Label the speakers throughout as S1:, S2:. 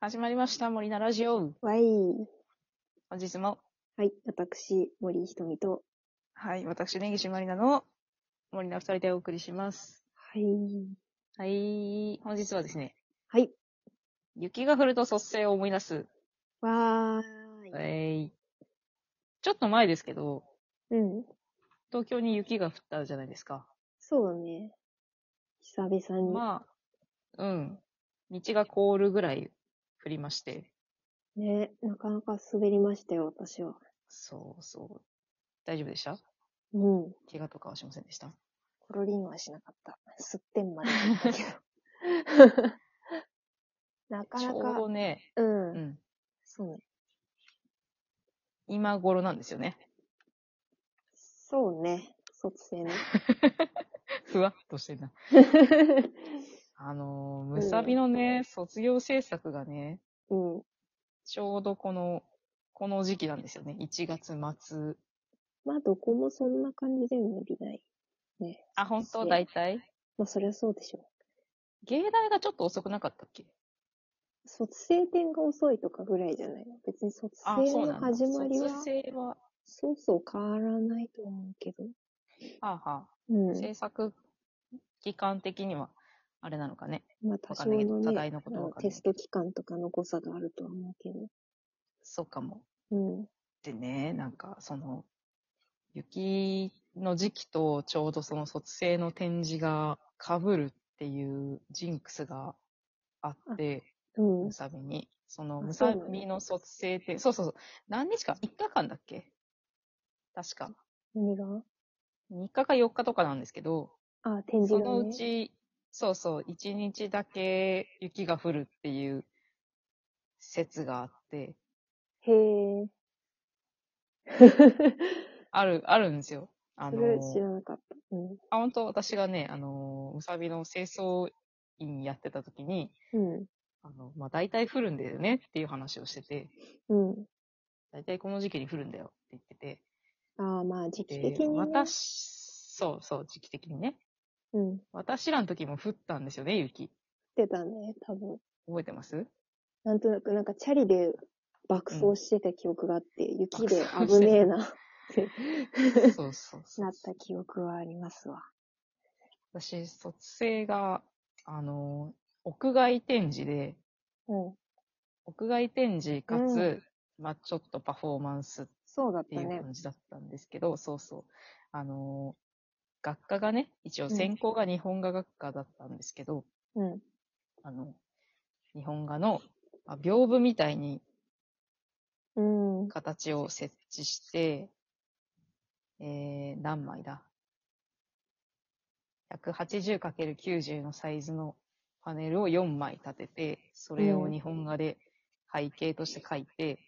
S1: 始まりました、森菜ラジオ。
S2: わい。
S1: 本日も、
S2: はい。私、森ひとみと。
S1: はい、私、根岸まりなの森菜二人でお送りします。
S2: はい。
S1: はい、本日はですね、
S2: はい。
S1: 雪が降ると率性を思い出す。
S2: わーい。
S1: えい。ちょっと前ですけど、
S2: うん。
S1: 東京に雪が降ったじゃないですか。
S2: そうだね。久々に。
S1: まあ、うん。道が凍るぐらい降りまして。
S2: ね、なかなか滑りましたよ、私は。
S1: そうそう。大丈夫でした
S2: うん。
S1: 怪我とかはしませんでした
S2: コロリンはしなかった。すってんまでだったけど。 なか
S1: ち
S2: な
S1: ょう
S2: か、
S1: どね、
S2: うん、
S1: うん。
S2: そうね。
S1: 今頃なんですよね。
S2: そうね。卒 生ね。
S1: ふわっとしてるな。あのー、むさびのね、卒業制作がね、
S2: うん。
S1: ちょうどこの、この時期なんですよね。1月末。
S2: まあ、どこもそんな感じで伸びない。
S1: あ、本当
S2: ね
S1: 大体
S2: まあ、そりゃそうでしょう。
S1: 芸大がちょっと遅くなかったっけ
S2: 卒生点が遅いとかぐらいじゃないの別に卒
S1: あ、
S2: 生
S1: そう
S2: の
S1: なんだ。
S2: 始まりは、
S1: 卒生は、
S2: そうそう変わらないと思うけど。
S1: はあ、は
S2: う
S1: あ、
S2: ん。
S1: 制作期間的には、あれなのかね。
S2: まあ多
S1: わかん
S2: 少
S1: ないけど、
S2: の
S1: 多
S2: ね、
S1: 大のこ
S2: あ
S1: とは
S2: の
S1: わかん
S2: テ
S1: ない
S2: ス。ト期間とかの誤差があるとは思うけど。
S1: そうかも。
S2: うん。
S1: でね、なんか、その、雪の時期とちょうどその卒生の展示が被るっていうジンクスがあって、
S2: うん
S1: む。さびに。その、
S2: あ
S1: む
S2: そう
S1: さ
S2: なの
S1: びの卒生展、そうそうそう。何日か ?1 日間だっけ確か。
S2: 何が
S1: 3日か4日とかなんですけど、
S2: あ、展示
S1: そ
S2: が、ね。
S1: のうち、そうそう、1日だけ雪が降るっていう説があって、
S2: へえ。
S1: ある、あるんですよ。あ
S2: そ
S1: の
S2: れは知らなかった。うん。
S1: あ、本当私がね、あのー、むさびの清掃員やってた時に、
S2: うん。
S1: あの、まあ、大体降るんだよねっていう話をしてて、
S2: うん。
S1: 大体この時期に降るんだよって言ってて、
S2: ああ、まあ時期
S1: で
S2: 的に、ね。
S1: 私、そうそう、時期的にね。
S2: うん。降っ
S1: 私らの時も降ったんですよね、雪。
S2: てたね、多分。
S1: 覚えて ます
S2: なんとなく、なんかチャリで爆走してた記憶があって、雪で
S1: 爆走
S2: 危
S1: してた
S2: ねえな。
S1: そうそうそう。
S2: なった記憶はありますわ。
S1: 私、卒生が、あのー、屋外展示で、
S2: うん。
S1: 屋外展示かつ、
S2: うん
S1: まあ、ちょっとパフォーマンスっ
S2: そうだっ
S1: って
S2: た
S1: いう
S2: ね。
S1: 感じだったんですけど、そうそう。あのー、学科がね、一応
S2: うん
S1: 専攻が日本画学科だったんですけど、
S2: うん。
S1: あの、日本画の、まあ、屏風みたいに
S2: うん。
S1: 形を設置して、えー、何枚だ ?180×90 のサイズのパネルを4枚立てて、それを
S2: うん
S1: 日本画で背景として描いて、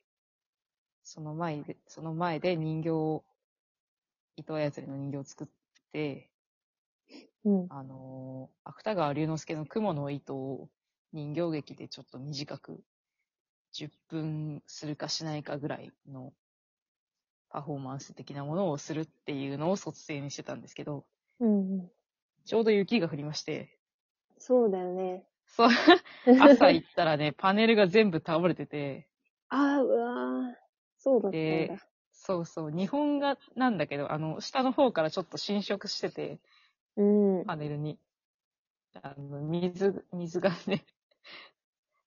S1: その前で、その前で人形を、糸操りの人形を作って、
S2: うん。
S1: あのー芥川龍之介の雲の糸を人形劇でちょっと短く、10分するかしないかぐらいのパフォーマンス的なものをするっていうのを卒生にしてたんですけど、
S2: うん。
S1: ちょうど雪が降りまして、
S2: そうだよね。
S1: そう、朝行ったらね、パネルが全部倒れてて、
S2: ああ、うわーそうだったん
S1: で
S2: だ。
S1: そうそう、日本画なんだけど、あの、下の方からちょっと侵食してて、
S2: うん。
S1: パネルに。あの、水、水がね、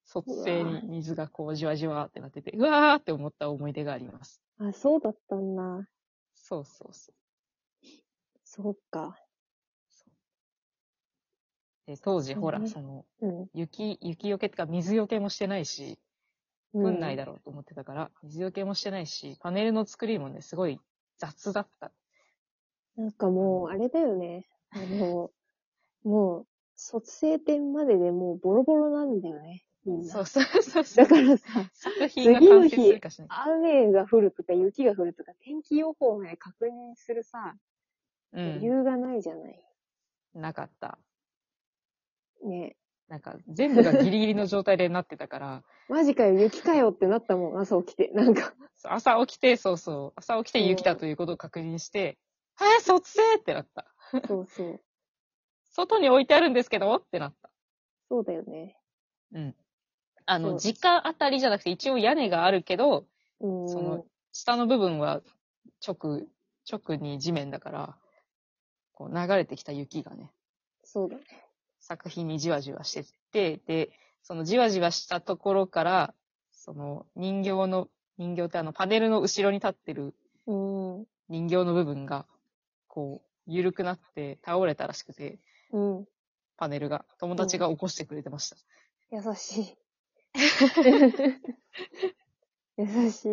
S1: 卒生に水がこうじわじわってなってて、うわーって思った思い出があります。
S2: あ、そうだったんだ。
S1: そうそうそう。
S2: そうか。
S1: で、当時、ほら、
S2: うん
S1: その、
S2: うん。
S1: 雪、雪よけってか水よけもしてないし、
S2: う
S1: 降
S2: ん
S1: んないだろうと思ってたから、水よけもしてないし、パネルの作りもね、すごい雑だった。
S2: なんかもう、あれだよね。あの、もう、卒生点まででもうボロボロなんだよね。みんな
S1: そうそうそうそう
S2: だ。からさ、
S1: 作品が完成するかしない。
S2: 雨が降るとか雪が降るとか天気予報まで確認するさ、
S1: う
S2: 理
S1: ん。
S2: 由がないじゃない。
S1: なかった。
S2: ね。
S1: なんか、全部がギリギリの状態でなってたから、
S2: マジかよ、雪かよってなったもん、朝起きて。な んか、
S1: そう朝起きて、そうそう。朝起きて雪だということを確認して、えー、卒生ってなった。
S2: そうそう。
S1: 外に置いてあるんですけどってなった。
S2: そうだよね。
S1: うん。あの、
S2: そう
S1: 直あたりじゃなくて、一応屋根があるけど、
S2: うーん。
S1: その下の部分は直、直に地面だから、こう流れてきた雪がね、
S2: そうだね。
S1: 作品にじわじわしてって、で、そのじわじわしたところから、その人形の、人形ってあのパネルの後ろに立ってる
S2: うーん。
S1: 人形の部分が、こう、緩くなって倒れたらしくて、
S2: うん。
S1: パネルが。友達が起こしてくれてました。
S2: 優 しい。優しい。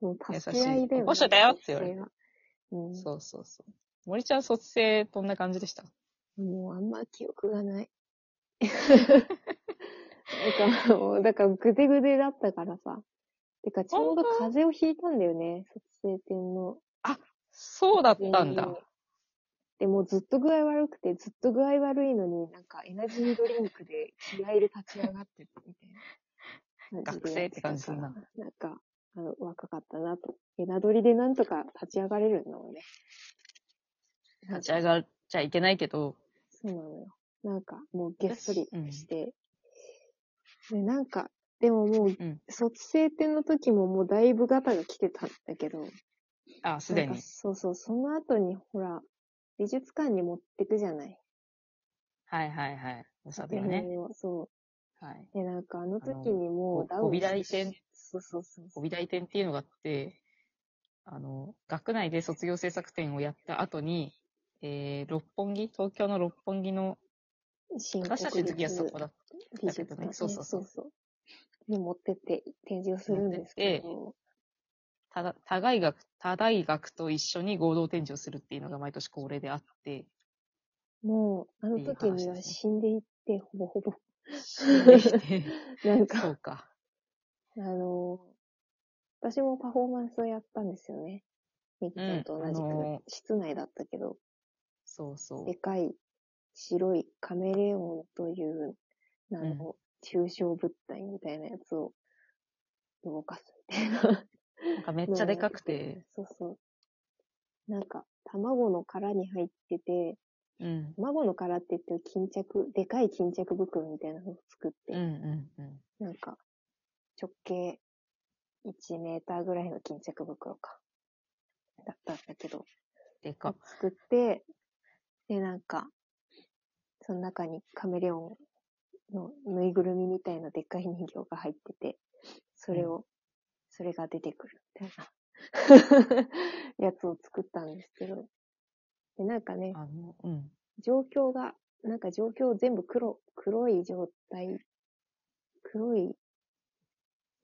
S2: もう助け合いだ
S1: 優しい
S2: よ、ね。
S1: 起こしといたよって言われ
S2: た。うん。
S1: そうそうそう。森ちゃん卒生どんな感じでした
S2: もうあんま記憶が ない。なんかもう、だからぐでぐでだったからさ。てかちょうど
S1: 本当
S2: 風邪をひいたんだよね、卒生展の。
S1: そうだったんだ。
S2: うんでもずっと具合悪くて、ずっと具合悪いのに、なんかエナジードリンクで気合で立ち上がってるみたいな感じ
S1: 学
S2: で。
S1: 生って感じすんな。
S2: なんか、あの、若かったなと。エナドリでなんとか立ち上がれるんだもんね。
S1: 立ち上がっちゃいけないけど、
S2: そうなのよ。なんか、もうげっそり
S1: うん
S2: して。で、なんか、でももう、
S1: ん
S2: 卒生展の時ももうだいぶガタが来てたんだけど、
S1: あ、すで
S2: なん
S1: に
S2: か。そうそう、その後にほら、美術館に持ってくじゃない。
S1: はいはいはい。おさび
S2: 建
S1: はね。
S2: 物をそ
S1: はい。
S2: う。で、なんかあの時
S1: あの
S2: にも
S1: ご
S2: うダウン
S1: ご美大展
S2: そうそうそうそ
S1: ご
S2: う。
S1: 美大展っていうのがあって、あの、学内で卒業制作展をやった後に、えー、六本木、東京の六本木の、
S2: 新
S1: 私たちの時はそこだっ
S2: 美術館、
S1: だけどねそうそうそう
S2: そうに持ってって展示をするんですけど、
S1: た。ただ、他大学、他大学と一緒に合同展示をするっていうのが毎年恒例であ って、
S2: もう、あの時に
S1: いい話
S2: は
S1: ですね
S2: 死んでいって、ほぼほぼ。なん
S1: そ
S2: か
S1: う、か。
S2: あの、私もパフォーマンスをやったんですよね。みきちゃんと同じく、
S1: うんあの
S2: 室内だったけど、
S1: そうそう
S2: で。かい白いカメレオンという名の抽象物体みたいなやつを動かすみたいな。
S1: なん かめっちゃでかくて、
S2: そうそう。なんか、卵の殻に入ってて、
S1: うん。
S2: 卵の殻って言ってる巾着、でかい巾着袋みたいなのを作って、
S1: うんうんうん。
S2: なんか、直径1メーターぐらいの巾着袋か。だったんだけど、
S1: でか。
S2: 作って、で、なんか、その中にカメレオンのぬいぐるみみたいなでっかい人形が入ってて、それを、それが出てくるみたいな やつを作ったんですけど、で、なんかね、
S1: あの、うん。
S2: 状況が、なんか状況全部黒、黒い状態、黒い、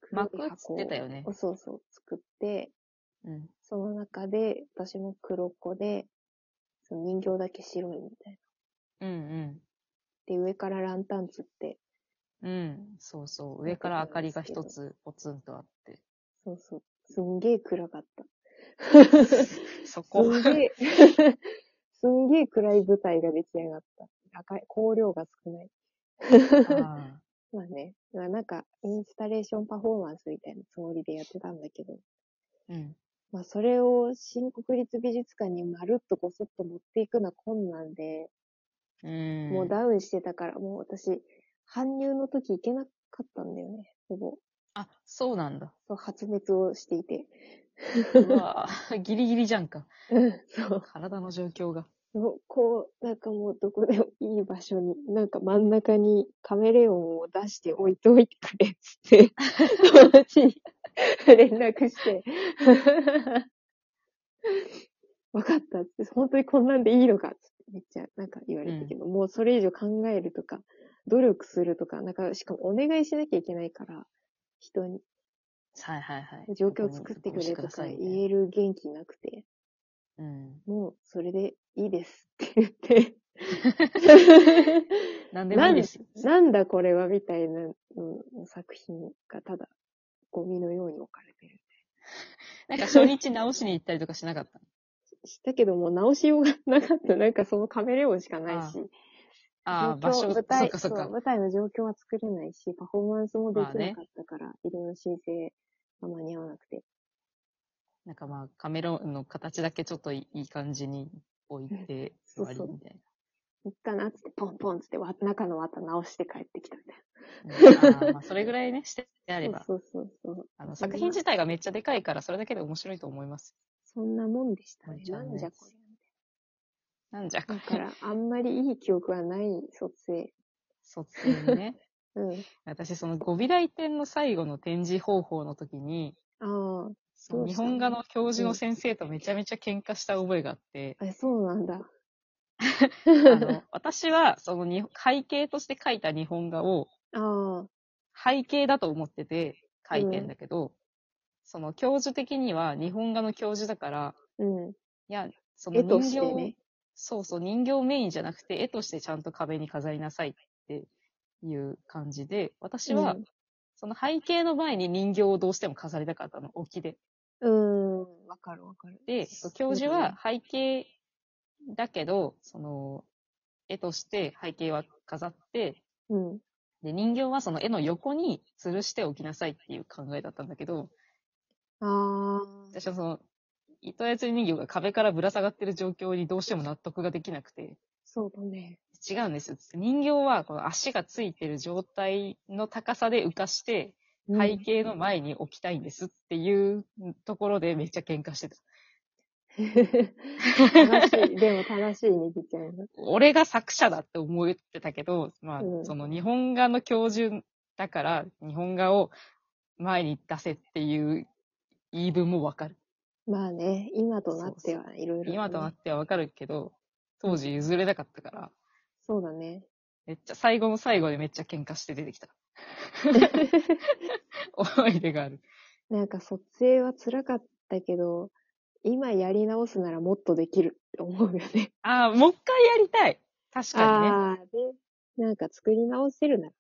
S2: 黒い
S1: 幕つってたよね
S2: 箱をそうそう、作って、
S1: うん。
S2: その中で、私も黒子で、その人形だけ白いみたい
S1: う
S2: な。
S1: ん
S2: で、上からランタンつって、
S1: うん。うん。そうそう。上から明かりが一つポツンとあ って。
S2: そうそう、すんげえ暗かった。
S1: そ
S2: す
S1: こ。
S2: んげえ、 すんげえ暗い舞台が出来上がった。赤い、光量が少ない。
S1: あ
S2: まあね、まあなんか、インスタレーションパフォーマンスみたいなつもりでやってたんだけど、
S1: ーうん。
S2: まあそれを新国立美術館にまるっとごそっと持っていくのは困難で、
S1: うん。
S2: もうダウンしてたから、もう私、搬入の時行けなかったんだよね、ほぼ。
S1: あ、そうなんだ。
S2: そう、発熱をしていて。
S1: うわぁ ギリギリじゃんか。
S2: そう。
S1: 体の状況が。
S2: もうこう、なんかもうどこでもいい場所に、なんか真ん中にカメレオンを出して置いておいてくれっつって、友達に連 絡して、わかったっつって、本当にこんなんでいいのかっつって、めっちゃなんか言われたけど、もうそれ以上考えるとか、努力するとか、なんかしかもお願いしなきゃいけないから、人に
S1: はいはいはい。
S2: 状況を作ってくれとか言える元気なくて、
S1: うん。
S2: もうそれでいいですって言って、
S1: なん でもいいです。
S2: なんだこれはみたいなうん作品がただゴミのように置かれてる。
S1: なんか初日直しに行ったりとかしなか った。
S2: したけどもう直しようがなかった。なんかそのカメレオンしかないし。
S1: ああ、場所、そ
S2: 舞
S1: っ
S2: 台
S1: かそっ
S2: う
S1: か。
S2: 舞台の状況は作れないし、パフォーマンスもで
S1: まあ
S2: きな
S1: ね
S2: かったから、いろいろ申請が間に合わなくて。
S1: なんかまあ、カメラの形だけちょっといいいい感じに置いて、
S2: そう
S1: 割り
S2: そう
S1: みたいな。
S2: いっかなっつって、ポンポンっつって、わ中の綿直して帰ってきたみたい
S1: うんあーまあ、それぐらいね、 してあれ
S2: な。
S1: ば。
S2: そうそうそうそう。
S1: あの、作品自体がめっちゃでかいから、それだけで面白いと思います。
S2: そんなもんでしたね
S1: 森。ちゃ
S2: なん
S1: の
S2: んじゃ
S1: やつ
S2: こ
S1: なんじゃこ
S2: れ。
S1: れ
S2: だから、あんまりいい記憶はない卒生。
S1: 卒業にね。
S2: うん。
S1: 私、その五美大展の最後の展示方法の時に、
S2: あ
S1: その
S2: どう
S1: 日
S2: したの
S1: 本画の教授の先生とめちゃめちゃ喧嘩した覚えがあって、
S2: あ、え、そうなんだ。
S1: あ の、私は、そのに背景として描いた日本画を、
S2: ああ、
S1: 背景だと思ってて書いてんだけど、その教授的には日本画の教授だから、
S2: うん。
S1: いや、その
S2: 絵とし
S1: 人形
S2: て
S1: を、
S2: ね。
S1: そうそう、人形メインじゃなくて絵としてちゃんと壁に飾りなさいっていう感じで、私は、
S2: うん
S1: その背景の前に人形をどうしても飾りたかったの、置きで。
S2: うーん、わかるわかる。
S1: で、教授は背景だけど、その、絵として背景は飾って、
S2: うん。
S1: で、人形はその絵の横に吊るしておきなさいっていう考えだったんだけど、
S2: ああ、
S1: 私はその、糸やつり人形が壁からぶら下がってる状況にどうしても納得ができなくて、
S2: そうだね。
S1: 違うんですよ。人形はこの足がついてる状態の高さで浮かして、
S2: うん
S1: 背景の前に置きたいんですっていうところでめっちゃ喧嘩してた。
S2: 正しい。で も正しいね、ぎちゃんが。
S1: 俺が作者だって思ってたけど、まあ、
S2: うん
S1: その日本画の教授だから、日本画を前に出せっていう言い分もわかる。
S2: まあね、今となってはいろいろ。
S1: 今となってはわかるけど、当時譲れなかったから、
S2: そうだね。
S1: めっちゃ最後の最後でめっちゃ喧嘩して出てきた。 思い出がある。
S2: なんか卒生は辛かったけど、今やり直すならもっとできるって思うよね。
S1: ああ、もう一回やりたい。確かにね。
S2: ああ、で、なんか作り直せるなら